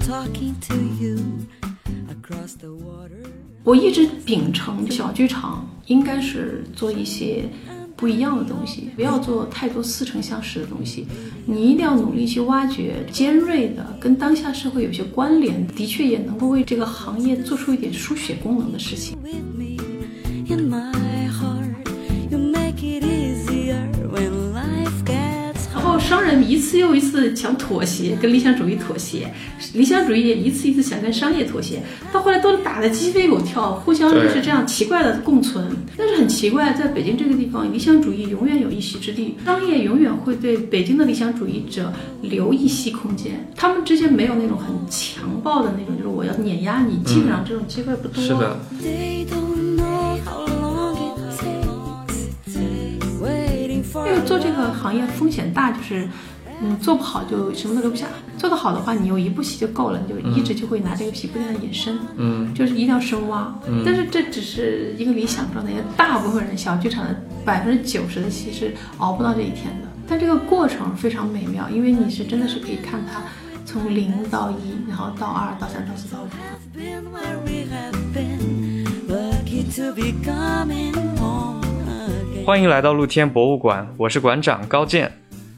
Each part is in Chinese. talking to you across the water. 我一直秉承小剧场应该是做一些不一样的东西，不要做太多似曾相识的东西。你一定要努力去挖掘尖锐的、跟当下社会有些关联，的确也能够为这个行业做出一点输血功能的事情。 with me in my heart. You make it easier when life gets 然 hard. 后商人一次又一次想妥协，跟理想主义妥协，理想主义也一次一次想跟商业妥协，到后来都打得鸡飞狗跳，互相就对是这样奇怪的共存。但是很奇怪，在北京这个地方，理想主义永远有一席之地，商业永远会对北京的理想主义者留一席空间。他们之间没有那种很强暴的那种，就是我要碾压你，基本上这种机会不多。是的， They don't know how long it takes. Waiting for 因为做这个行业风险大，就是嗯做不好就什么都留不下，做得好的话，你有一部戏就够了，你就一直就会拿这个皮不断的延伸，嗯，就是一定要深挖。但是这只是一个理想状态，大部分人小剧场的百分之九十的戏是熬不到这一天的。但这个过程非常美妙，因为你是真的是可以看它从零到一，然后到二，到三，到四，到五。 have been where we have been. Lucky to be coming home again. 欢迎来到露天博物馆，我是馆长高健。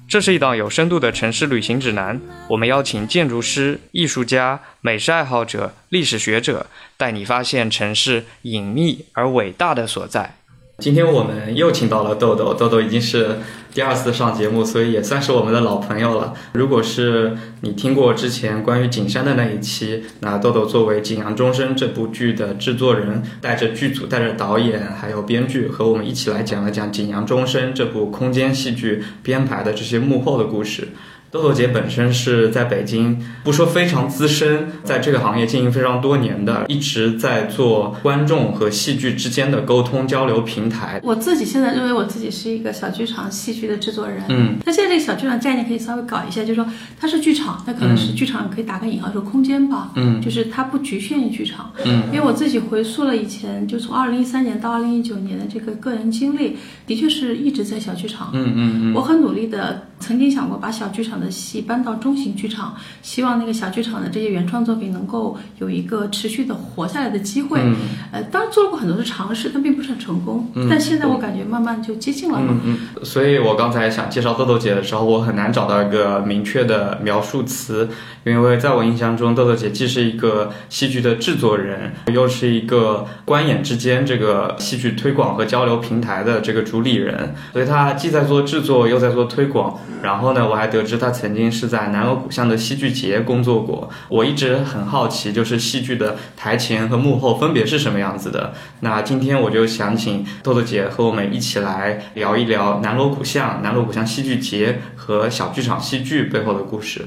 这是一档有深度的城市旅行指南，我们邀请建筑师、艺术家、美食爱好者、历史学者，带你发现城市隐秘而伟大的所在。今天我们又请到了豆豆，豆豆已经是第二次上节目，所以也算是我们的老朋友了。如果是你听过之前关于景山的那一期，那豆豆作为《景阳钟声》这部剧的制作人，带着剧组、带着导演还有编剧，和我们一起来讲了讲《景阳钟声》这部空间戏剧编排的这些幕后的故事。豆豆姐本身是在北京，不说非常资深，在这个行业经营非常多年的，一直在做观众和戏剧之间的沟通交流平台。我自己现在认为我自己是一个小剧场戏剧的制作人，嗯，那现在这个小剧场概念可以稍微搞一下，就是说它是剧场，那可能是剧场可以打个引号说空间吧，嗯就是它不局限于剧场，嗯，因为我自己回溯了以前，就从二零一三年到二零一九年的这个个人经历，的确是一直在小剧场，嗯嗯我很努力的，曾经想过把小剧场的戏搬到中型剧场，希望那个小剧场的这些原创作品能够有一个持续的活下来的机会。嗯呃，当然做了过很多的尝试，但并不是很成功。嗯但现在我感觉慢慢就接近了嘛。嗯嗯。所以我刚才想介绍豆豆姐的时候，我很难找到一个明确的描述词，因为在我印象中，豆豆姐既是一个戏剧的制作人，又是一个观演之间这个戏剧推广和交流平台的这个主理人，所以她既在做制作，又在做推广。然后呢，我还得知她曾经是在南锣鼓巷的戏剧节工作过。我一直很好奇，就是戏剧的台前和幕后分别是什么样子的。那今天我就想请豆豆姐和我们一起来聊一聊南锣鼓巷、南锣鼓巷戏剧节和小剧场戏剧背后的故事。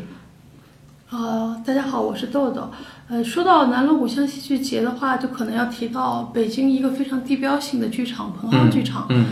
呃，大家好，我是豆豆。呃，说到南锣鼓巷戏剧节的话，就可能要提到北京一个非常地标性的剧场——蓬嗯蒿剧场。嗯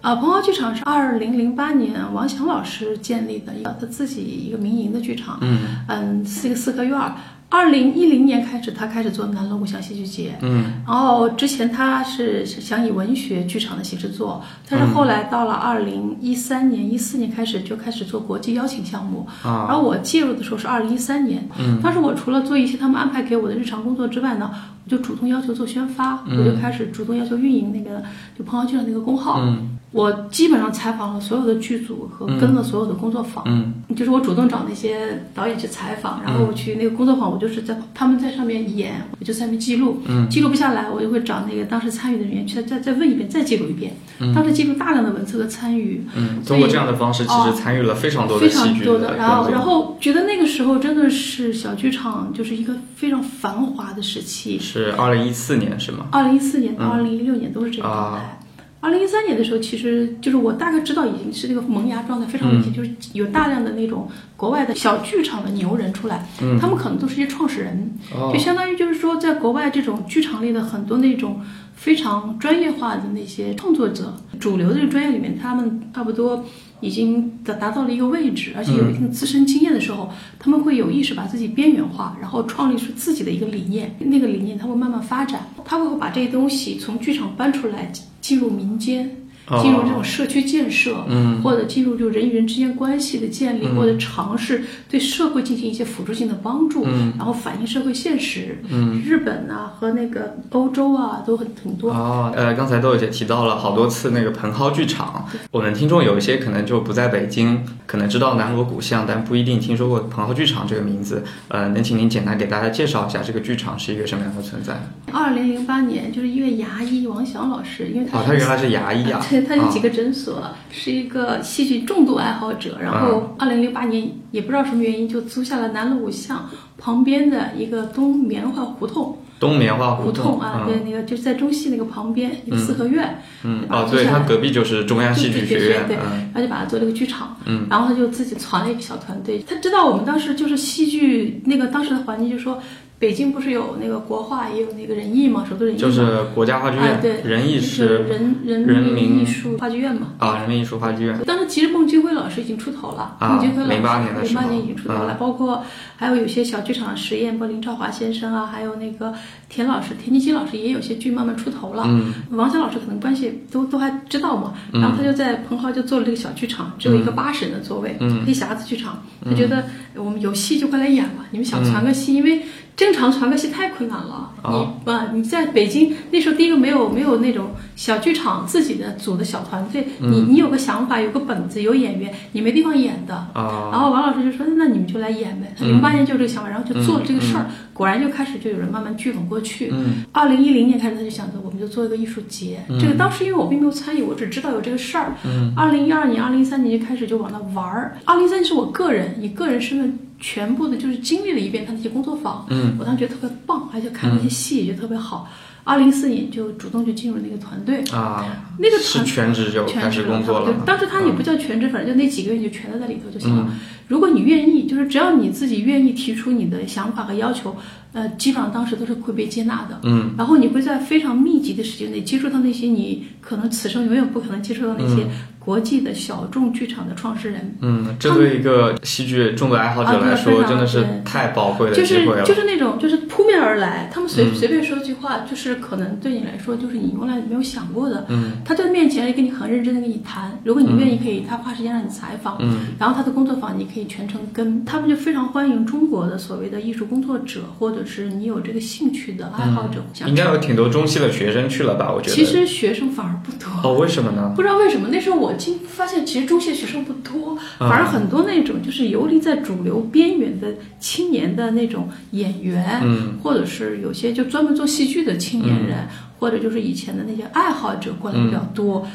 啊，蓬蒿剧场是二零零八年王翔老师建立的一个他自己一个民营的剧场，嗯嗯，四个四合院儿。二零一零年开始，他开始做南锣鼓巷戏剧节，嗯然后之前他是想以文学剧场的形式做，但是嗯后来到了二零一三年、一四年开始就开始做国际邀请项目，然啊后我介入的时候是二零一三年，嗯当时我除了做一些他们安排给我的日常工作之外呢，我就主动要求做宣发，嗯我就开始主动要求运营那个就朋友圈的那个公号，嗯我基本上采访了所有的剧组和跟了所有的工作坊，嗯就是我主动找那些导演去采访，然后我去那个工作坊，我就是在他们在上面演，我就在上面记录，嗯记录不下来，我就会找那个当时参与的人员去再再再问一遍，再记录一遍，当时记录大量的文字和参与，嗯，所通以哦过这样的方式，其实参与了非常多 的非戏常剧多的呃的，嗯然后工作然后觉得那个时候真的是小剧场就是一个非常繁华的时期，是二零一四年是吗？二零一四年到嗯二零一六年都是这个状啊态。二零一三年的时候，其实就是我大概知道已经是这个萌芽状态非常嗯明显，就是有大量的那种国外的小剧场的牛人出来，嗯他们可能都是一些创始人，哦就相当于就是说，在国外这种剧场里的很多那种非常专业化的那些创作者，主流的这个专业里面，他们差不多已经达达到了一个位置，而且嗯有一定自身经验的时候，他们会有意识把自己边缘化，然后创立出自己的一个理念，那个理念它会慢慢发展，他们会把这些东西从剧场搬出来，进入民间。哦进入这种社区建设，嗯或者进入就人与人之间关系的建立，嗯或者尝试对社会进行一些辅助性的帮助，然后反映社会现实。嗯日本啊和那个欧洲啊都很很多。哦，呃，刚才豆豆姐提到了好多次那个蓬蒿剧场，我们听众有一些可能就不在北京，可能知道南锣鼓巷，但不一定听说过蓬蒿剧场这个名字。呃，能请您简单给大家介绍一下这个剧场是一个什么样的存在？二零零八年就是因为牙医王翔老师，因为他哦，他原来是牙医啊， 对，他有几个个诊所，是一个戏剧重度爱好者。然后，啊二零零八年也不知道什么原因，就租下了南锣鼓巷旁边的一个东棉花胡同，冬棉花胡同同啊，嗯对，那个就是在中戏那个旁边一个四合院，嗯，把它哦，租对，下他来隔壁就是中央戏对剧对学对院，对，嗯，然后就把它做了一个剧场，嗯然后他就自己攒了一个小团队。他知道我们当时就是戏剧那个当时的环境，就说北京不是有那个国画，也有那个人艺嘛，首都人艺嘛，就是国家话剧啊院，对，人艺就是是人人人民民艺术话剧院嘛，啊，人民艺术话剧院，当时其实孟京辉老师已经出头了，啊孟京辉老师08年的时候08年已经出头了，嗯包括还有有些小剧场实验，包括林兆华先生啊，还有那个田老师、田季新老师也有些剧慢慢出头了。嗯王翔老师可能关系都都还知道嘛，然后他就在蓬蒿就做了这个小剧场，只有一个八十人的座位，嗯黑匣子剧场。他觉得我们有戏就快来演吧，你们嗯想传个戏，因为正常传个戏太困难了。哦你啊，你在北京那时候，第一个没有没有那种小剧场自己的组的小团队，嗯你你有个想法，有个本子，有演员，你没地方演的。然啊，后王老师就说：“那嗯你们就来演呗。”他零八年就有这个想法，然后就做了这个事儿，果然就开始就有人慢慢聚拢过去。嗯二零一零年开始，他就想着我们就做一个艺术节。这个当时因为我并没有参与，我只知道有这个事儿。嗯二零一二年、二零一三年就开始就往那玩儿。二零一三年是我个人以个人身份全部的就是经历了一遍他那些工作坊，嗯我当时觉得特别棒，而且看那些戏也觉得特别好。二零一四年就主动就进入那个团队，啊，那个是团全职就开全始职工作了对吗，当时他也不嗯叫全职，反正就那几个月你就全都在里头就行了。如果你愿意，就是只要你自己愿意提出你的想法和要求，呃，基本上当时都是会被接纳的。嗯，然后你会在非常密集的时间内接触到那些你可能此生永远不可能接触到那些国际的小众剧场的创始人，嗯，这对一个戏剧重度爱好者来说，啊对真的是对太宝贵的就机是会了。嗯就是那种就是扑面而来，他们随、随便说一句话，就是可能对你来说就是你永远没有想过的。嗯他在面前跟你很认真的跟你谈，如果你愿意，可以他花时间让你采访，嗯然后他的工作坊你可以全程跟，他们就非常欢迎中国的所谓的艺术工作者，或者是你有这个兴趣的爱好者。想嗯应该有挺多中戏的学生去了吧？我觉得。其实学生反而不多。哦，为什么呢？不知道为什么，那时候我经发现，其实中戏学生不多，嗯反而很多那种就是游离在主流边缘的青年的那种演员，嗯或者是有些就专门做戏剧的青年人，或者就是以前的那些爱好者过来比较多。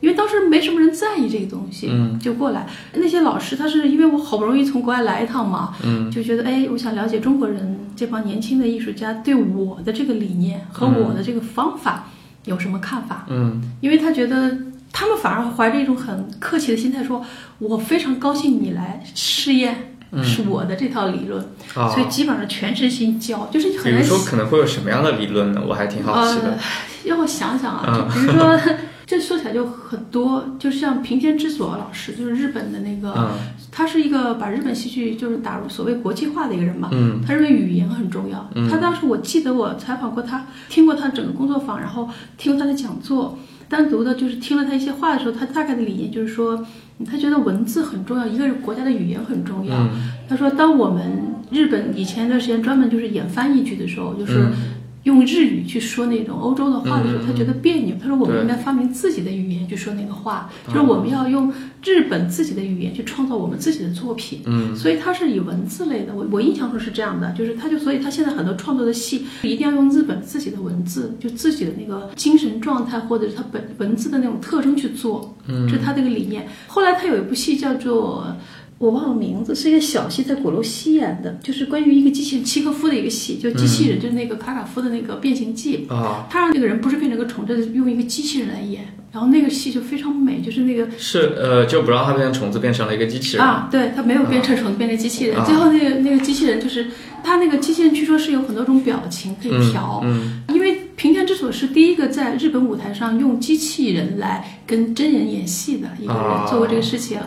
因为当时没什么人在意这个东西，嗯就过来。那些老师，他是因为我好不容易从国外来一趟嘛，嗯就觉得哎，我想了解中国人这帮年轻的艺术家对我的这个理念和我的这个方法有什么看法。嗯因为他觉得他们反而怀着一种很客气的心态说：“我非常高兴你来试验，是我的这套理论。嗯啊所，以基本上全身心教，就是比很如难说可能会有什么样的理论呢？我还挺好奇的呃。，要我想想啊，嗯就比如说，这说起来就很多，就像平田之佐老师，就是日本的那个，嗯他是一个把日本戏剧就是打入所谓国际化的一个人嘛。嗯他认为语言很重要。他当时我记得我采访过他，听过他整个工作坊，然后听过他的讲座，单独的就是听了他一些话的时候，他大概的理念就是说，他觉得文字很重要，一个是国家的语言很重要。嗯他说，当我们日本以前一段时间专门就是演翻译剧的时候，就是嗯用日语去说那种欧洲的话的时候，嗯嗯嗯他觉得别扭。他说，我们对嗯应该发明自己的语言去说那个话，就是我们要用日本自己的语言去创造我们自己的作品。嗯所以它是以文字类的，我我印象中是这样的，就是它就所以它现在很多创作的戏一定要用日本自己的文字，就自己的那个精神状态或者是它本文字的那种特征去做，嗯这是它这个理念。后来它有一部戏叫做。我忘了名字，是一个小戏，在鼓楼西演的，就是关于一个机器人契诃夫的一个戏，就机器人，就是那个卡卡夫的那个变形记。啊，他让那个人不是变成个虫，就是用一个机器人来演，然后那个戏就非常美，就是那个是呃，就不让它变成虫子，变成了一个机器人。啊，对，它没有变成虫，变成机器人。啊最后那个那个机器人就是它那个机器人，据说是有很多种表情可以调，嗯因为平田之所是第一个在日本舞台上用机器人来跟真人演戏的一个人啊做过这个事情。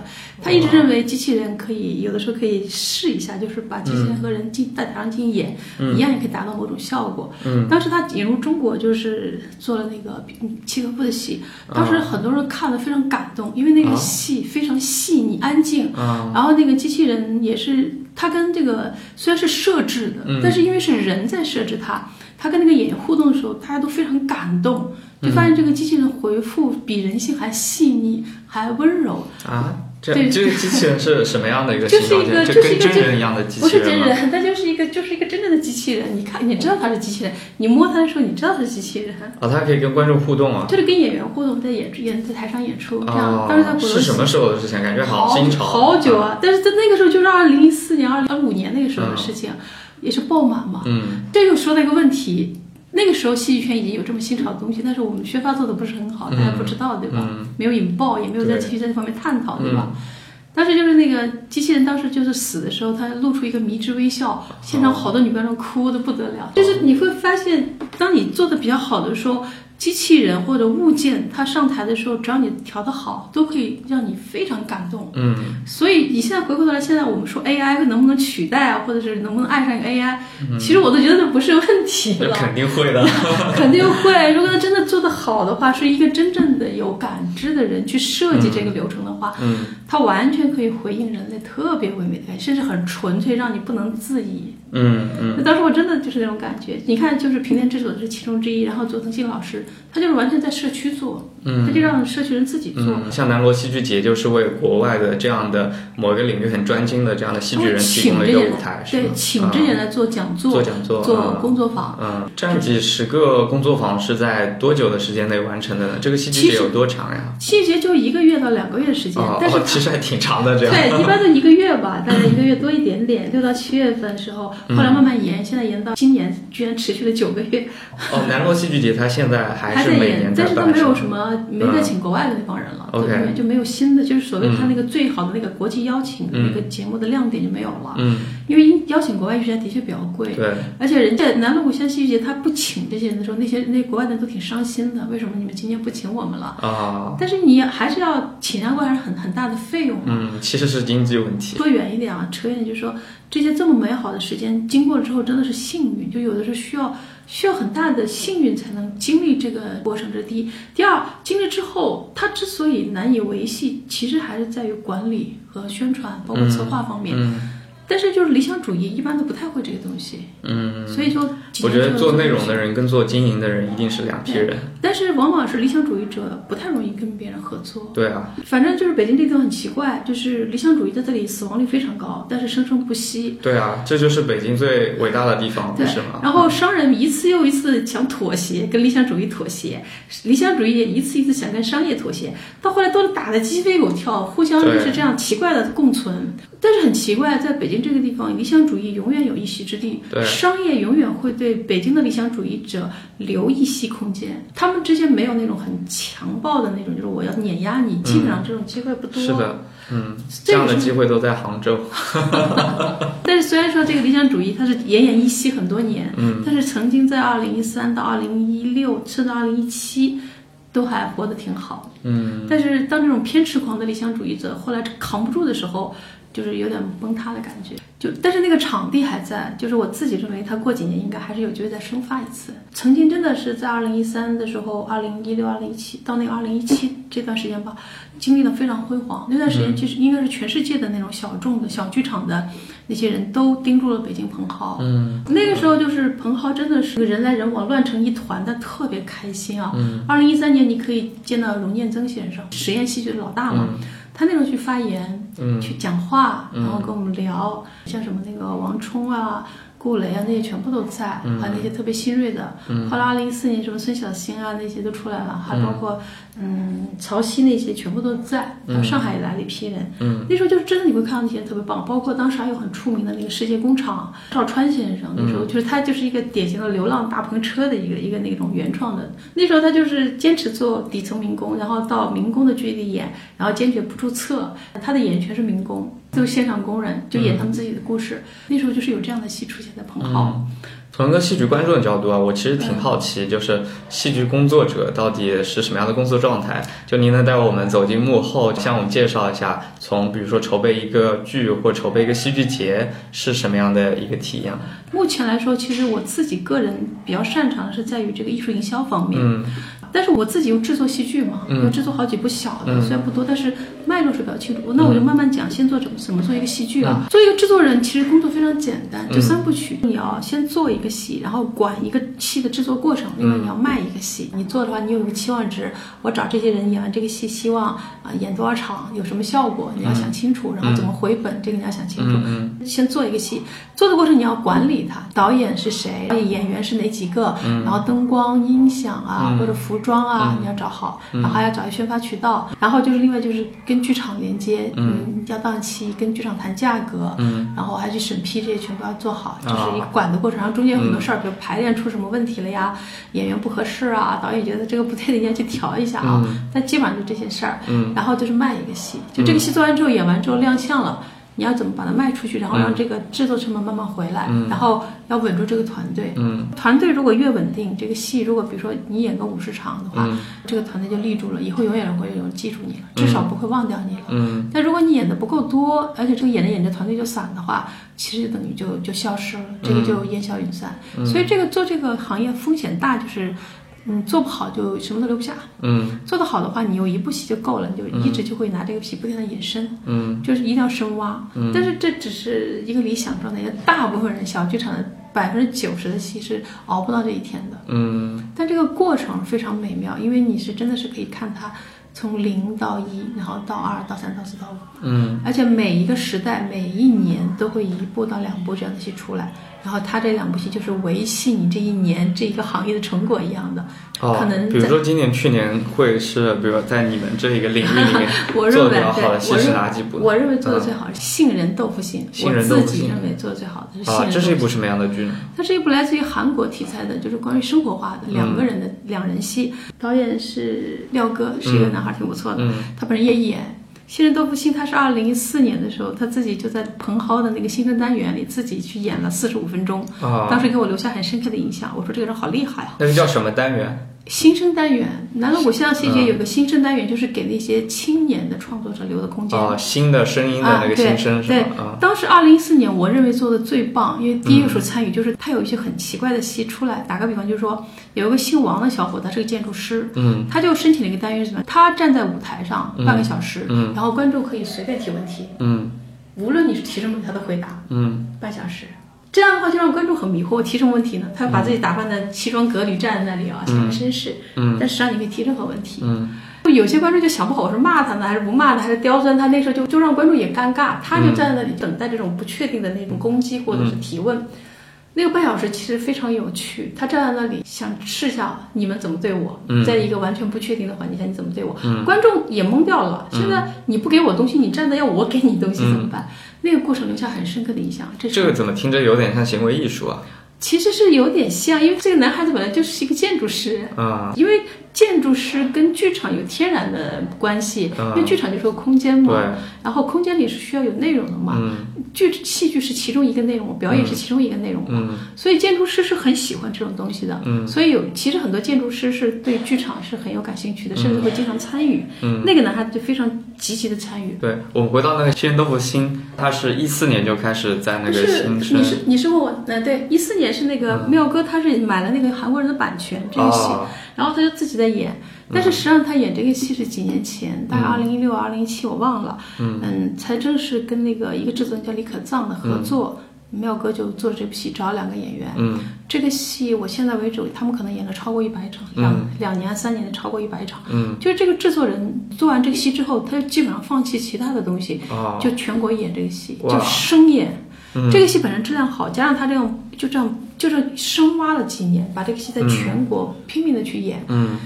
他一直认为机器人可以有的时候可以试一下，就是把机器嗯人和人进在台上进行演，一样也可以达到某种效果。嗯当时他引入中国就是做了那个嗯契诃夫的戏，当时很多人看了非常感动，因为那个啊戏非常细腻、安静，啊然后那个机器人也是，它跟这个虽然是设置的，嗯但是因为是人在设置它，它跟那个演员互动的时候，大家都非常感动，就发嗯现这个机器人回复比人性还细腻，还温柔，啊！这对这个机器人是什么 样的一个就形是状一个线？就是一跟个真真人一样的机不器是真人吗？人，它就是一个就是一个真正的机器人。你看，你知道它是机器人，你摸它的时候，你知道它是机器人。啊，它还可以跟观众互动啊！就是跟演员互动，在演演在台上演出这样。当时在哦，鼓楼是什么时候的事情？感觉好好像新嗯久潮，好久！啊！但是在那个时候就是二零一四年、二零二五年那个时候的事情，也是爆满嘛。嗯这又说到一个问题，那个时候戏剧圈已经有这么新潮的东西，但是我们宣发做的不是很好，大嗯家不知道对吧？嗯没有引爆，也没有在对继续在这方面探讨，对吧？嗯，当时就是那个机器人，当时就是死的时候，他露出一个迷之微笑，现哦场好多女观众哭的不得了。就是你会发现，当你做的比较好的时候，机器人或者物件，它上台的时候，只要你调得好，都可以让你非常感动。嗯所以你现在回过头来，现在我们说 AI 能不能取代啊，或者是能不能爱上一个 AI，、其实我都觉得那不是问题那了，嗯肯定会的。肯定会。如果他真的做得好的话，是一个真正的有感知的人去设计这个流程的话，嗯它完全可以回应人类特别唯美的感觉，甚至很纯粹，让你不能自已。嗯嗯，那当时我真的就是那种感觉。你看，就是平田制作是其中之一，然后佐藤信老师，他就是完全在社区做，嗯他就让社区人自己做。嗯，像南锣戏剧节就是为国外的这样的某一个领域很专精的这样的戏他剧会人哦提请供这了一些个人舞台，是对吗，请这些人来做讲座、做讲座做嗯工作坊。嗯，这样几十个工作坊是在多久的时间内完成的呢？这个戏剧节有多长呀？戏剧节就一个月到两个月的时间，哦但是哦，其实还挺长的，这样。对，一般都一个月吧，大概一个月多一点点，六到七月份的时候，嗯后来慢慢延，现在延到今年居然持续了九个月，哦，南锣戏剧节它现在 还还是在每演年，但是都办，没是有吗什么没再请国外的那帮人了， OK 嗯对不对？就没有新的，就是所谓他那个最好的那个国际邀请的那个节目的亮点就没有了，嗯，因为邀请国外艺术家的确比较贵。对，而且人家南锣鼓巷戏剧节他不请这些人的时候，那些那国外的人都挺伤心的。为什么你们今年不请我们了？啊，但是你还是要请人家过来，还是很很大的费用嘛。嗯，其实是经济问题。说远一点啊，扯远一点，就是说这些这么美好的时间经过了之后，真的是幸运，就有的时候需要需要很大的幸运才能经历这个过程。这是第一，第二，经历之后，它之所以难以维系，其实还是在于管理和宣传，包括策划方面。嗯但是就是理想主义一般都不太会这个东西，嗯，所以说我觉得做内容的人，人跟做经营的人一定是两批人。但是往往是理想主义者不太容易跟别人合作。对啊，反正就是北京这个地方很奇怪，就是理想主义在这里死亡率非常高，但是生生不息。对啊，这就是北京最伟大的地方，不对是吗？嗯然后商人一次又一次想妥协，跟理想主义妥协，理想主义也一次一次想跟商业妥协，到后来都打得鸡飞狗跳，互相就是这样奇怪的共存。但是很奇怪，在北京这个地方，理想主义永远有一席之地对，商业永远会对北京的理想主义者留一席空间。他们之间没有那种很强暴的那种，就是我要碾压你，基本上这种机会不多。嗯是的，嗯，这这样个的是机会都在杭州。 但是虽然说这个理想主义它是奄奄一息很多年，嗯但是曾经在二零一三到二零一六甚至二零一七都还活得挺好。嗯但是当这种偏执狂的理想主义者后来扛不住的时候，就是有点崩塌的感觉。就但是那个场地还在，就是我自己认为它过几年应该还是有机会再生发一次。曾经真的是在二零一三的时候，二零一六、二零一七到那个二零一七这段时间吧，经历了非常辉煌。那段时嗯间其实应该是全世界的那种小众的小剧场的那些人都盯住了北京彭浩，嗯那个时候就是彭浩真的是人来人往乱成一团，但特别开心啊。嗯二零一三年你可以见到荣念曾先生，实验戏剧的老大嘛，嗯他那时候去发言、嗯去讲话，嗯然后跟我们聊，像什么那个王冲啊、顾雷啊那些全部都在，还嗯有那些特别新锐的。嗯后来二零一四年什么孙小星啊那些都出来了，还包括嗯曹曦那些全部都在，然后上海也来了一批人。嗯那时候就是真的，你会看到那些人特别棒，包括当时还有很出名的那个世界工厂赵川先生，那时候就是他就是一个典型的流浪大篷车的一个一个那种原创的。那时候他就是坚持做底层民工，然后到民工的剧里演，然后坚决不注册，他的演员全是民工，都是现场工人，就演他们自己的故事。那时候就是有这样的戏出现在彭浩。从一个戏剧观众的角度啊，我其实挺好奇，就是戏剧工作者到底是什么样的工作状态？就您能带我们走进幕后，向我们介绍一下，从比如说筹备一个剧或筹备一个戏剧节是什么样的一个体验？目前来说，其实我自己个人比较擅长是在于这个艺术营销方面。嗯但是我自己又制作戏剧嘛，嗯又制作好几部小的，嗯虽然不多，但是脉络是比较清楚。那我就慢慢讲，先做怎么怎么做一个戏剧嗯啊。作为一个制作人，其实工作非常简单，就三部曲，你要先做一个戏，然后管一个戏的制作过程，另外嗯你要卖一个戏。你做的话，你有一个期望值，我找这些人演完这个戏，希望啊、演多少场，有什么效果，你要想清楚，然后怎么回本，这个你要想清楚。嗯嗯先做一个戏，做的过程你要管理它，导演是谁，演员是哪几个，嗯然后灯光、音响啊，或者服装啊，你要找好，嗯然后还要找一宣发渠道，然后就是另外就是跟剧场连接，嗯，要档期，跟剧场谈价格，嗯，然后还去审批这些全部要做好，就啊嗯是一管的过程，然后中间有很多事儿，比如排练出什么问题了呀，演员不合适啊，导演觉得这个不对的，你要去调一下啊，但基本上就这些事儿，嗯然后就是卖一个戏，就这个戏做完之后，演完之后亮相了。你要怎么把它卖出去，然后嗯让这个制作成本慢慢回来，然后要稳住这个团队。嗯团队如果越稳定，这个戏如果比如说你演个五十场的话，嗯这个团队就立住了，以后永远会有人记住你了，至少不会忘掉你了。嗯但如果你演的不够多，而且这个演着演着团队就散的话，其实就等于就就消失了，这嗯个就烟消云散。所以这个做这个行业风险大，就是嗯做不好就什么都留不下，嗯做得好的话，你有一部戏就够了，你就一直就会拿这个戏不停的延伸。嗯就是一定要深挖。但是这只是一个理想状态，也大部分人小剧场的百分之九十的戏是熬不到这一天的。嗯但这个过程非常美妙，因为你是真的是可以看它从零到一，然后到二、到三、到四、到五，嗯而且每一个时代、每一年都会一部到两部这样的戏出来。然后它这两部戏就是维系你这一年这一个行业的成果一样的，哦可能，比如在说今年、去年会是，比如说在你们这一个领域里面我认做为的比较好的对，戏我是认哪几部呢？啊我认为做的最好是杏仁豆腐心，杏我仁豆自腐己心认为做的最好的是杏啊，仁这豆是一腐部心。什么样的剧呢？它是一部来自于韩国题材的，就是关于生活化的嗯两个人的两人戏，导演是廖哥，是一个男孩，挺不错的，嗯他本人也演。杏仁豆腐心，他是二零一四年的时候，他自己就在蓬蒿的那个新生单元里自己去演了四十五分钟，当啊，时给我留下很深刻的印象。我说这个人好厉害啊！那是叫什么单元？新生单元，南锣鼓巷戏啊剧有个新生单元，就是给那些青年的创作者留的空间。啊，新的声音的那个新生是对吗？啊，嗯当时二零一四年，我认为做的最棒，因为第一个时候参与，就是他有一些很奇怪的戏出来。打个比方，就是说有一个姓王的小伙子，他是个建筑师，嗯他就申请了一个单元是什么？他站在舞台上半个小时，嗯然后观众可以随便提问题，嗯无论你是提什么问题，他都回答，嗯半小时。这样的话就让观众很迷惑，我提什么问题呢？他把自己打扮的奇装革履站在那里啊，显得绅士，嗯但实际上你可以提任何问题，嗯有些观众就想不好，我是骂他呢，还是不骂他，还是刁钻他？那时候就就让观众也尴尬，他就站在那里等待这种不确定的那种攻击或者是提问。嗯那个半小时其实非常有趣，他站在那里想试下你们怎么对我，嗯在一个完全不确定的环境下你怎么对我，观众也懵掉了。嗯现在你不给我东西，你站在要我给你东西怎么办？那个过程留下很深刻的印象。这是这个怎么听着有点像行为艺术啊？其实是有点像，因为这个男孩子本来就是一个建筑师，啊，因为建筑师跟剧场有天然的关系，嗯因为剧场就是个空间嘛，对，然后空间里是需要有内容的嘛，嗯剧戏剧是其中一个内容，表演是其中一个内容嘛，嗯所以建筑师是很喜欢这种东西的，嗯所以有其实很多建筑师是对剧场是很有感兴趣的，甚至会经常参与。嗯，那个男孩子就非常积极的参与。对，我们回到那个新人豆腐心，他是一四年就开始在那不个嗯是，新生你是你是问我，呃，对，一四年是那个妙哥，他是买了那个韩国人的版权，这个戏啊，然后他就自己在演，嗯但是实际上他演这个戏是几年前，大概二零一六、二零一七我忘了，嗯才正式跟那个一个制作人叫李可藏的合作，妙哥就做这部戏，找了两个演员。嗯这个戏我现在为止，他们可能演了超过一百场，两、两年、啊三年的超过一百场。嗯就是这个制作人做完这个戏之后，他就基本上放弃其他的东西，啊，就全国演这个戏，哇就生演。嗯这个戏本身质量好，加上他这样就这样就是深挖了几年，把这个戏在全国拼命的去演。嗯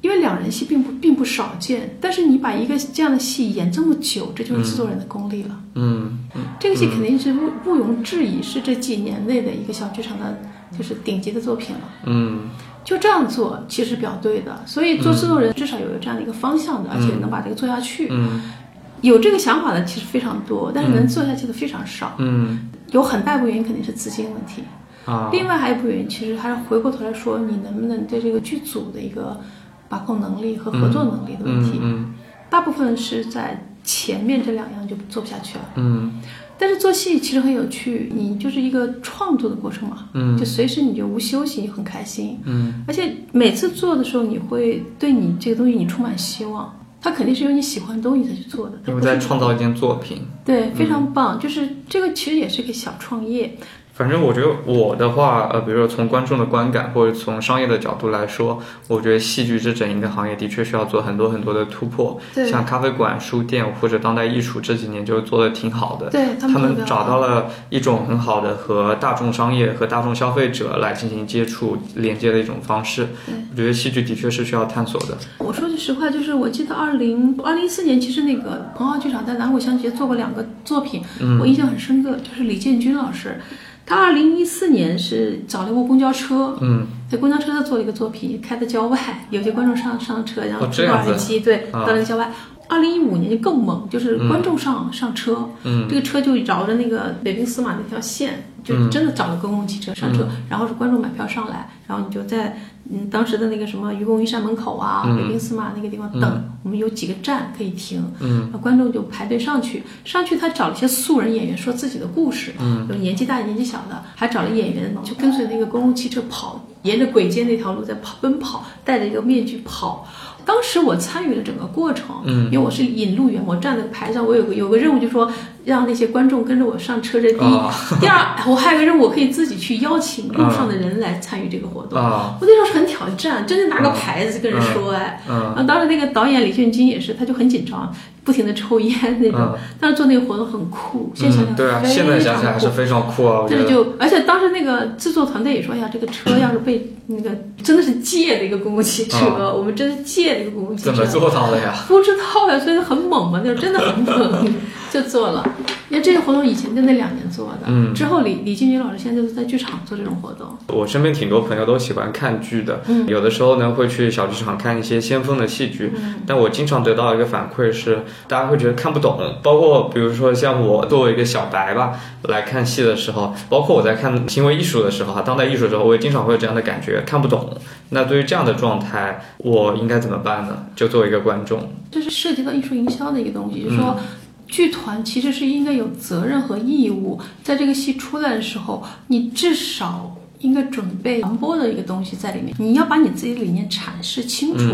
因为两人戏并不并不少见，但是你把一个这样的戏演这么久，这就是制作人的功力了。嗯嗯这个戏肯定是毋毋庸置疑是这几年内的一个小剧场的，就是顶级的作品了。嗯就这样做其实比较对的，所以做制作人至少有这样的一个方向的，而且能把这个做下去。嗯有这个想法的其实非常多，但是能做下去的非常少。嗯有很大一部分原因肯定是资金问题。啊，另外还有一部原因，其实还是回过头来说，你能不能对这个剧组的一个把控能力和合作能力的问题，嗯大部分是在前面这两样就做不下去了。嗯但是做戏其实很有趣，你就是一个创作的过程嘛，嗯就随时你就无休息，你很开心，嗯而且每次做的时候，你会对你这个东西你充满希望。它肯定是有你喜欢的东西才去做的，它嗯，不我是在创造一嗯件作品。对，非常棒。就是这个其实也是个小创业，反正我觉得我的话，呃，比如说从观众的观感或者从商业的角度来说，我觉得戏剧这整一个行业的确需要做很多很多的突破。对像咖啡馆、书店或者当代艺术这几年就做的挺好的。对他他们做得们很找好到了一种很好的和大众商业和大众消费者来进行接触连接的一种方式。我觉得戏剧的确是需要探索的。我说句实话，就是我记得二零二零一四年，其实那个彭浩剧场在南国相节做过两个作品，嗯我印象很深刻，就是李建军老师，他二零一四年是找了一部公交车，嗯，在公交车上做了一个作品，开在郊外，有些观众上上车，然后哦出这个样子耳机，对，啊到了郊外。二零一五年就更猛，就是观众上、上车，嗯这个车就绕着那个北平司马那条线，就是真的找了公共汽车上车，嗯然后是观众买票上来，然后你就在嗯当时的那个什么愚公移山门口啊、嗯北平司马那个地方等，我们有几个站可以停，嗯然后观众就排队上去，上去他找了一些素人演员说自己的故事，嗯，有年纪大年纪小的，还找了演员就跟随那个公共汽车跑，沿着簋街那条路在跑奔跑，戴着一个面具跑。当时我参与了整个过程，嗯因为我是引路员，我站在牌上，我有个有个任务，就是说让那些观众跟着我上车，这第一。啊第二，我还有个任务，我可以自己去邀请路上的人来参与这个活动。啊，我那时候很挑战，真的拿个牌子跟人说，哎，嗯然后当时那个导演李俊金也是，他就很紧张，不停的抽烟那种嗯。当时做那个活动很酷，现在想嗯，想对啊，现在想起来还是非常酷啊，我觉这得。就，而且当时那个制作团队也说，哎呀，这个车要是被那个真的是借的一个公共汽车，啊我们真是借的一个公共汽车，怎么做到的呀？ 不知道呀，所以很猛嘛，就是真的很猛，就做了。因为这个活动以前就那两年做的，嗯之后李李金军老师现在就是在剧场做这种活动，我身边挺多朋友都喜欢看剧的，有的时候呢会去小剧场看一些先锋的戏剧，但我经常得到一个反馈是，大家会觉得看不懂，包括比如说像我作为一个小白吧来看戏的时候，包括我在看行为艺术的时候哈，啊当代艺术的时候，我也经常会有这样的感觉，看不懂。那对于这样的状态，我应该怎么办呢？就作为一个观众，这是涉及到艺术营销的一个东西，就是说。剧团其实是应该有责任和义务，在这个戏出来的时候，你至少应该准备传播的一个东西在里面。你要把你自己的理念阐释清楚。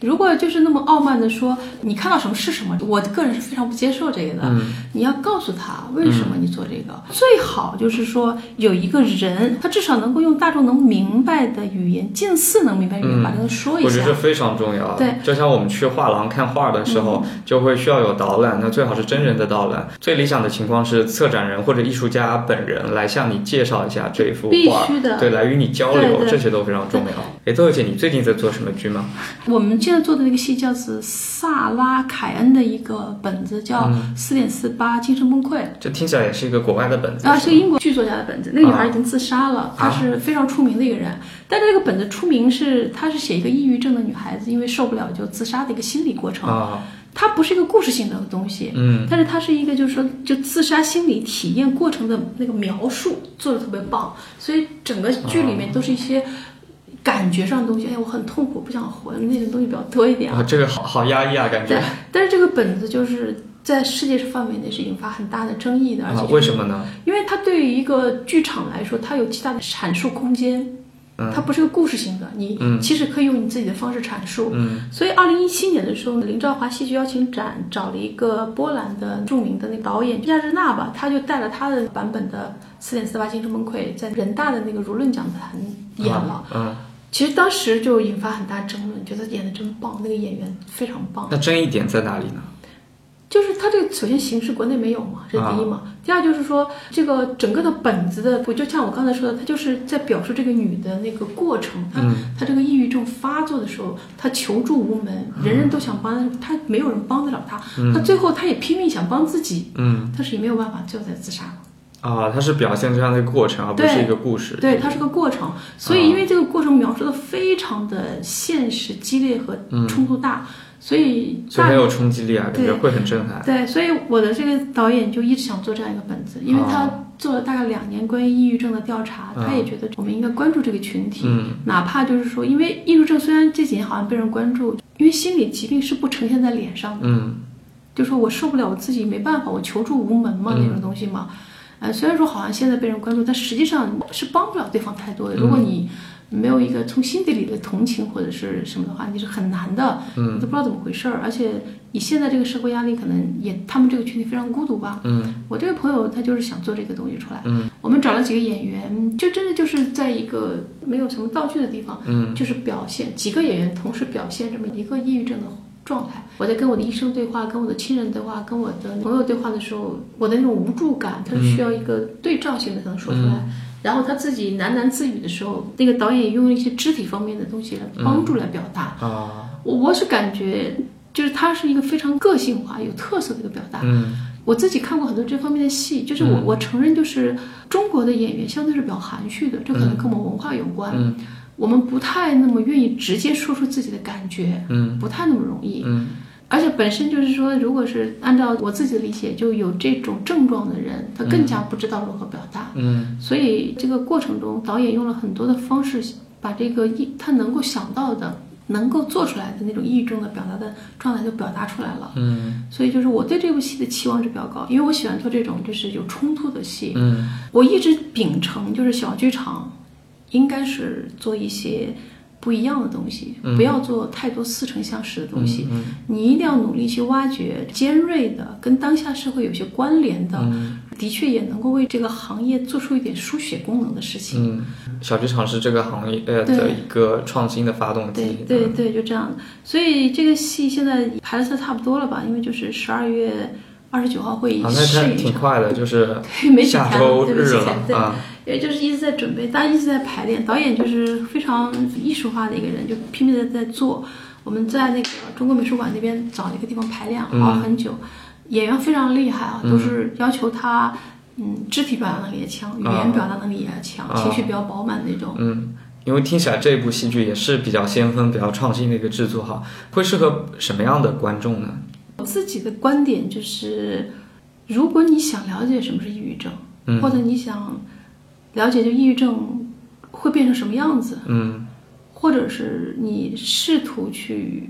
如果就是那么傲慢的说你看到什么是什么，我个人是非常不接受这个的。你要告诉他为什么你做这个，最好就是说有一个人，他至少能够用大众能明白的语言，近似能明白的语言，把它说一我下。觉得这非常重要。对，嗯就像我们去画廊看画的时候，就会需要有导览，那最好是真人的导览。最理想的情况是策展人或者艺术家本人来向你介绍一下这一幅必画，须的对，来与你交流，对对这些都非常重要。哎，豆豆姐，你最近在做什么剧吗？我们现在做的那个戏叫是萨拉凯恩的一个本子，叫嗯《四点四八精神崩溃》。这听起来也是一个国外的本子，啊，是是吗个英国剧作家的本子，那个女啊孩已经自杀了，她是非常出名的一个人。但是这个本子出名是，她是写一个抑郁症的女孩子，因为受不了就自杀的一个心理过程。啊，它不是一个故事性的东西，嗯，但是它是一个就是说就自杀心理体验过程的那个描述做的特别棒，所以整个剧里面都是一些感觉上的东西，哎，我很痛苦，不想活那种东西比较多一点啊。啊，这个好好压抑啊，感觉对，但是这个本子就是在世界范围内是引发很大的争议的，而且、啊，为什么呢？因为它对于一个剧场来说，它有极大的阐述空间，嗯它不是个故事性的，你其实可以用你自己的方式阐述。嗯所以，二零一七年的时候，林兆华戏剧邀请展找了一个波兰的著名的那个导演亚日娜吧，他就带了他的版本的《四点四八精神崩溃》在人大的那个儒论讲坛演了。啊嗯，其实当时就引发很大争论，觉得演的真棒，那个演员非常棒。那争议点在哪里呢？就是它这个首先形式国内没有嘛，这是啊第一嘛。第二就是说，这个整个的本子的，我就像我刚才说的，它就是在表述这个女的那个过程，她、嗯她这个抑郁症发作的时候，她求助无门，人人都想帮她，她没有人帮得了她，她最后她也拼命想帮自己，嗯但是也没有办法，最后才自杀了。啊，它是表现这样的一个过程，而不是对一个故事。对，它是个过程，所以因为这个过程描述的非常的现实、激烈和冲突大，所以嗯所大以很有冲击力啊，感觉对会很震撼。对，所以我的这个导演就一直想做这样一个本子，因为他做了大概两年关于抑郁症的调查，哦嗯他也觉得我们应该关注这个群体，嗯哪怕就是说，因为抑郁症虽然这几年好像被人关注，因为心理疾病是不呈现在脸上的，嗯就说我受不了我自己没办法，我求助无门嘛、嗯那种东西嘛。呃，虽然说好像现在被人关注，但实际上是帮不了对方太多的。如果嗯你没有一个从心底里的同情或者是什么的话，你是很难的，你嗯都不知道怎么回事儿。而且以现在这个社会压力，可能也他们这个群体非常孤独吧。嗯我这个朋友他就是想做这个东西出来，嗯我们找了几个演员，就真的就是在一个没有什么道具的地方，嗯就是表现几个演员同时表现这么一个抑郁症的状态。我在跟我的医生对话、跟我的亲人对话、跟我的朋友对话的时候，我的那种无助感，它是需要一个对照性的才能说出来。嗯然后他自己喃喃自语的时候，那个导演也用了一些肢体方面的东西来帮助来表达。啊我我是感觉，就是它是一个非常个性化、有特色的一个表达。嗯我自己看过很多这方面的戏，就是我、嗯我承认，就是中国的演员相对是比较含蓄的，这可能跟我们文化有关。嗯我们不太那么愿意直接说出自己的感觉，嗯不太那么容易。嗯而且本身就是说，如果是按照我自己的理解，就有这种症状的人，他更加不知道如何表达。嗯所以这个过程中，导演用了很多的方式，把这个抑他能够想到的、能够做出来的那种抑郁症的表达的状态就表达出来了。嗯所以就是我对这部戏的期望是比较高，因为我喜欢做这种就是有冲突的戏。嗯我一直秉承就是小剧场应该是做一些不一样的东西，嗯不要做太多似曾相识的东西。嗯你一定要努力去挖掘尖锐的、跟当下社会有些关联的，嗯的确也能够为这个行业做出一点输血功能的事情。嗯，小剧场是这个行业呃的对一个创新的发动对机。啊对对，就这样。所以这个戏现在排的差不多了吧？因为就是十二月二十九号会啊，那试它映挺场。快 的，就是对，没几天下了，周对不日起，了对，啊。也就是一直在准备，大家一直在排练。导演就是非常艺术化的一个人，就拼命的在做。我们在那个中国美术馆那边找了一个地方排练，嗯熬很久。演员非常厉害啊，嗯都是要求他，嗯，肢体表达能力也强，语言表达能力也强，啊情绪比较饱满那种。嗯，因为听起来这部戏剧也是比较先锋、比较创新的一个制作哈，会适合什么样的观众呢？我自己的观点就是，如果你想了解什么是抑郁症，嗯或者你想了解就抑郁症会变成什么样子，嗯或者是你试图去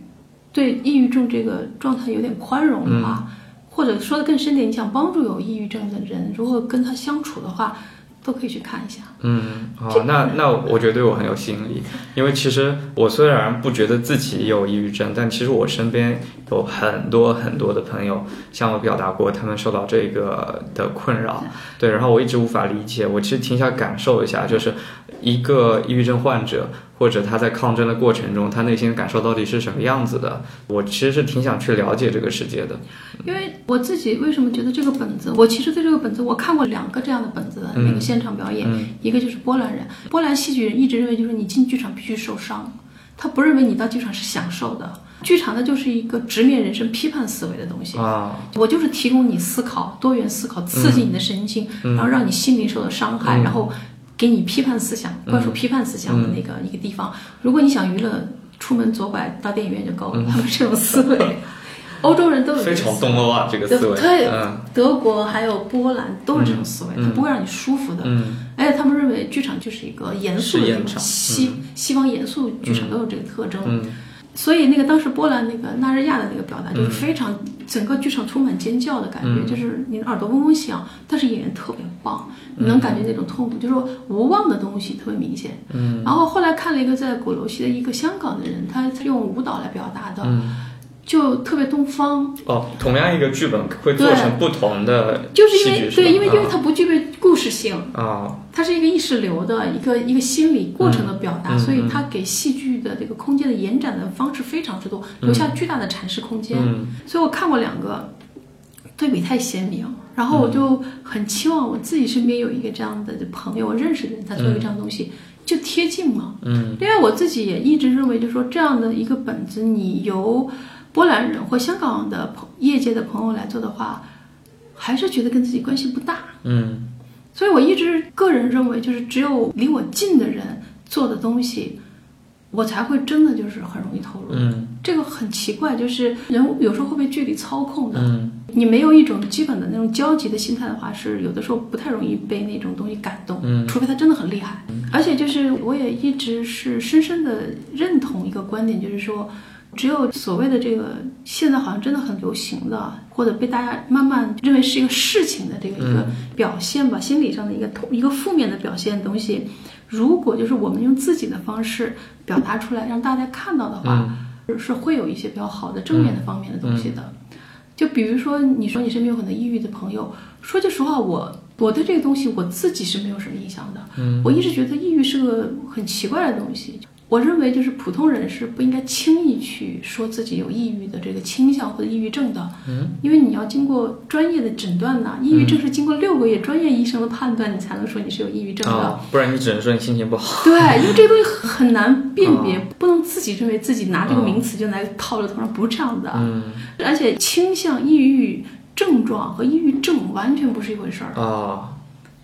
对抑郁症这个状态有点宽容的话，嗯或者说的更深点，你想帮助有抑郁症的人如何跟他相处的话，都可以去看一下。嗯，哦，那那我觉得对我很有吸引力，因为其实我虽然不觉得自己有抑郁症，但其实我身边有很多很多的朋友向我表达过他们受到这个的困扰，嗯对，然后我一直无法理解，我其实挺想感受一下，就是一个抑郁症患者。或者他在抗争的过程中，他内心的感受到底是什么样子的？我其实是挺想去了解这个世界的。因为我自己为什么觉得这个本子，我其实对这个本子，我看过两个这样的本子的嗯那个现场表演，嗯一个就是波兰人，波兰戏剧人一直认为就是你进剧场必须受伤，他不认为你到剧场是享受的，剧场呢就是一个直面人生、批判思维的东西。啊，我就是提供你思考、多元思考，刺激你的神经，然后让你心灵受到伤害，嗯然后给你批判思想、灌输批判思想的那个、一个地方。如果你想娱乐，出门左拐到电影院就够了。他们 这种思 维，欧洲人都有这嗯非种常思维东欧啊，这个思维。对，嗯德国还有波兰都是这种思维，嗯它不会让你舒服的。嗯而且他们认为剧场就是一个严肃的是地严方，场西、西方严肃剧场都有这个特征。嗯所以那个当时波兰那个纳日亚的那个表达，就是非常、整个剧场充满尖叫的感觉，嗯就是你的耳朵嗡嗡响，但是演员特别棒，嗯你能感觉那种痛苦，就是无望的东西特别明显。嗯然后后来看了一个在鼓楼西的一个香港的人，他他用舞蹈来表达的，嗯。就特别东方，哦，同样一个剧本会做对成不同的就是因戏剧为是吧对，因为因为它不具备故事性，啊它是一个意识流的一个一个心理过程的表达，嗯嗯所以它给戏剧的这个空间的延展的方式非常之多，留下巨大的阐释空间。嗯所以我看过两个，对比太鲜明，然后我就很期望我自己身边有一个这样的朋友，我认识的人，他做一个这样的东西，就贴近嘛。嗯因为我自己也一直认为，就是说这样的一个本子，你由波兰人或香港的朋业界的朋友来做的话，还是觉得跟自己关系不大。嗯所以我一直个人认为，就是只有离我近的人做的东西，我才会真的就是很容易投入。嗯这个很奇怪，就是人有时候会被距离操控的。嗯你没有一种基本的那种焦急的心态的话，是有的时候不太容易被那种东西感动，嗯除非他真的很厉害。而且就是我也一直是深深的认同一个观点，就是说，只有所谓的这个现在好像真的很流行的，或者被大家慢慢认为是一个事情的这个一个表现吧，心理上的一个一个负面的表现的东西，如果就是我们用自己的方式表达出来，让大家看到的话，嗯是会有一些比较好的正面的方面的东西的。嗯就比如说，你说你身边有很多抑郁的朋友，说句实话，我我对这个东西我自己是没有什么印象的。嗯我一直觉得抑郁是个很奇怪的东西。我认为就是普通人是不应该轻易去说自己有抑郁的这个倾向或者抑郁症的，嗯因为你要经过专业的诊断呐、抑郁症是经过六个月专业医生的判断，你才能说你是有抑郁症的。啊，不然你只能说你心情不好。 对，因为这个东西很难辨别，不能自己认为自己拿这个名词就来套在头上，不是这样的。嗯而且倾向抑郁症状和抑郁症完全不是一回事儿，啊，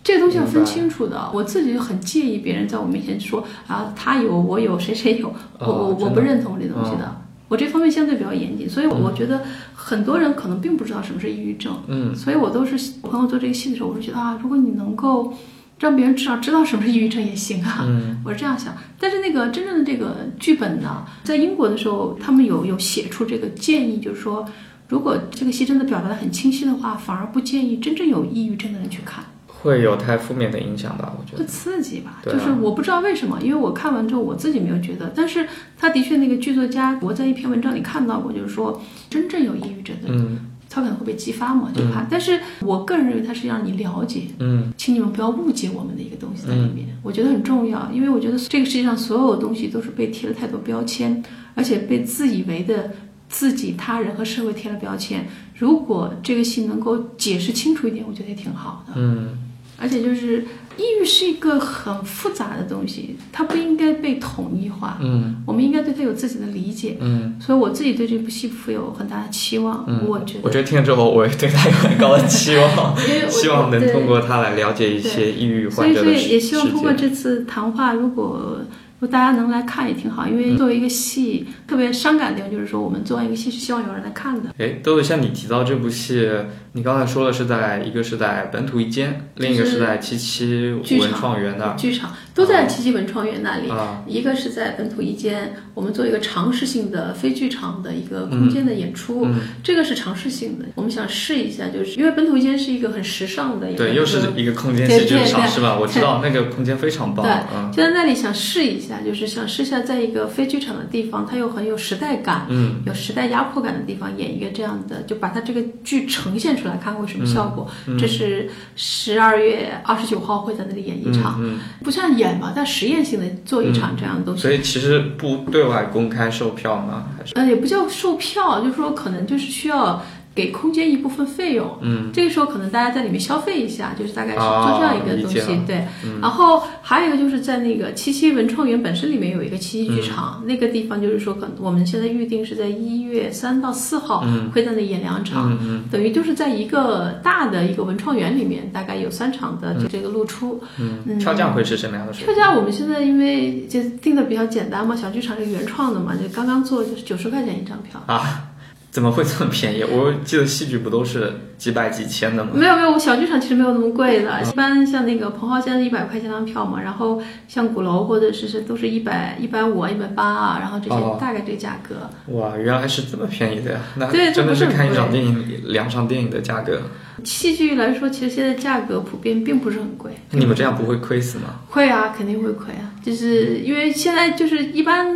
这个东西要明分白清楚的。我自己就很介意别人在我面前说啊，他有，我有，谁谁有，我我啊真我的啊不认同这东西的。我这方面相对比较严谨，所以我嗯我觉得很多人可能并不知道什么是抑郁症，嗯所以我都是我朋友做这个戏的时候，我是觉得啊，如果你能够让别人至少知道什么是抑郁症也行啊。嗯 我是这样想，但是那个真正的这个剧本呢，在英国的时候，他们有有写出这个建议，就是说，如果这个戏真的表达的很清晰的话，反而不建议真正有抑郁症的人去看，会有太负面的影响吧？我觉会得。刺激吧。对啊就是我不知道为什么，因为我看完之后我自己没有觉得，但是他的确那个剧作家，我在一篇文章里看到过，就是说，真正有抑郁症的人，嗯他可能会被激发嘛，就怕。但是我个人认为，他是让你了解嗯请你们不要误解我们的一个东西在里面，我觉得很重要，因为我觉得这个世界上所有东西都是被贴了太多标签，而且被自以为的自己、他人和社会贴了标签。如果这个戏能够解释清楚一点，我觉得也挺好的。嗯而且就是抑郁是一个很复杂的东西，它不应该被统一化，嗯我们应该对它有自己的理解。嗯，所以我自己对这部戏负有很大的期望，我觉我得。觉得听了之后，我也对他有很高的期望， 因为我希望能对通过他来了解一些对抑郁所患以，者所的以也世希望世通过界。这次谈话，如果如果大家能来看也挺好，因嗯为作为一个戏，特别伤感的地方就是说，我们做完一个戏是希望有人来看的。哎，豆豆，像你提到这部戏，你刚才说了是在一个是在本土一间，另一个是在七七剧场文创园那剧场都在七七文创园那里，儿啊，一个是在本土一间，我们做一个尝试性的非剧场的一个空间的演出，嗯，这个是尝试性的，我们想试一下，就是因为本土一间是一个很时尚的一个，对，又是一个空间对喜剧对场对是吧？我知对道那个空间非常棒对，嗯就在那里想试一下，就是想试一下在一个非剧场的地方，它又很有时代感，嗯有时代压迫感的地方演一个这样的，就把它这个剧呈现出来，看会什么效果。嗯这是十二月二十九号会在那里演一场，嗯不算演吧，但实验性的做一场这样的东嗯，西。所以其实不对外公开售票呢，还是呃，也不叫售票，就是说可能就是需要给空间一部分费用。嗯，这个时候可能大家在里面消费一下，就是大概是哦做这样一个东理解了嗯西，对。然后还有一个就是在那个七七文创园本身里面有一个七嗯七剧场，那个地方就是说可能我们现在预定是在一月三到四号嗯会在那里演两场，嗯嗯等于就是在一个大的一个文创园里面，大概有三场的这个露出。嗯，票价会是什么样的水票平？价我们现在因为就定的比较简单嘛，小剧场是原创的嘛，就刚刚做就是九十块钱一张票。啊，怎么会这么便宜？我记得戏剧不都是几百几千的吗？没有没有，我小剧场其实没有那么贵的，一般像那个彭浩现在一百块钱张票嘛，然后像鼓楼或者是是都是一百一百五啊、一百八啊，然后这哦些大概这个价格。哇，原来是这么便宜的呀！那嗯对真的这不是是看一很贵场电影、两场电影的价格。戏剧来说，其实现在价格普遍并不是很贵。那你们这样不会亏死吗？会啊，肯定会亏啊，就是因为现在就是一般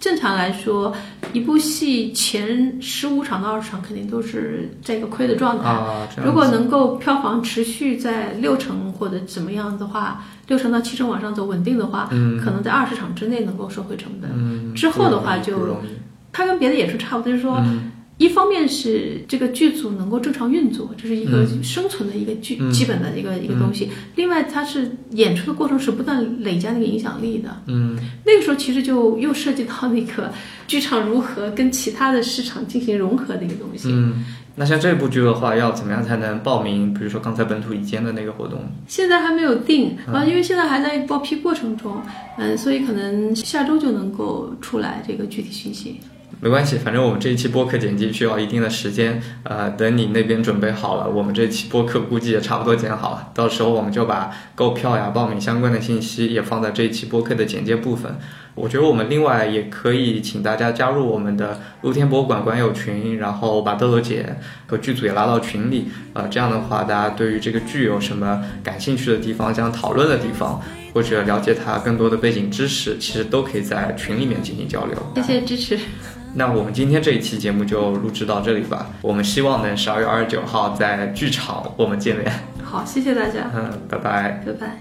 正常来说，一部戏前十五场到二十场肯定都是在一个亏的状态。啊，这样子嗯如果能够票房持续在六成或者怎么样的话，六成到七成往上走稳定的话，可能在二十场之内能够收回成本。嗯之后的话不容易就不嗯容易它跟别的演出差不多，就是说，一方面是这个剧组能够正常运作，这是一个嗯生存的一个剧、基本的一个、一个东西；另外，它是演出的过程是不断累加那个影响力的。嗯那个时候其实就又涉及到那个剧场如何跟其他的市场进行融合的一个东西。嗯。那像这部剧的话，要怎么样才能报名？比如说刚才本土一间的那个活动，现在还没有定，啊，因为现在还在报批过程中，嗯，所以可能下周就能够出来这个具体信息。没关系，反正我们这一期播客剪辑需要一定的时间，呃，等你那边准备好了，我们这期播客估计也差不多剪好了，到时候我们就把购票呀、报名相关的信息也放在这一期播客的简介部分。我觉得我们另外也可以请大家加入我们的露天博物馆馆友群，然后把豆豆姐和剧组也拉到群里。呃，这样的话，大家对于这个剧有什么感兴趣的地方、想讨论的地方，或者了解它更多的背景知识，其实都可以在群里面进行交流。谢谢支持。那我们今天这一期节目就录制到这里吧。我们希望能十二月二十九号在剧场我们见面。好，谢谢大家。嗯，拜拜。拜拜。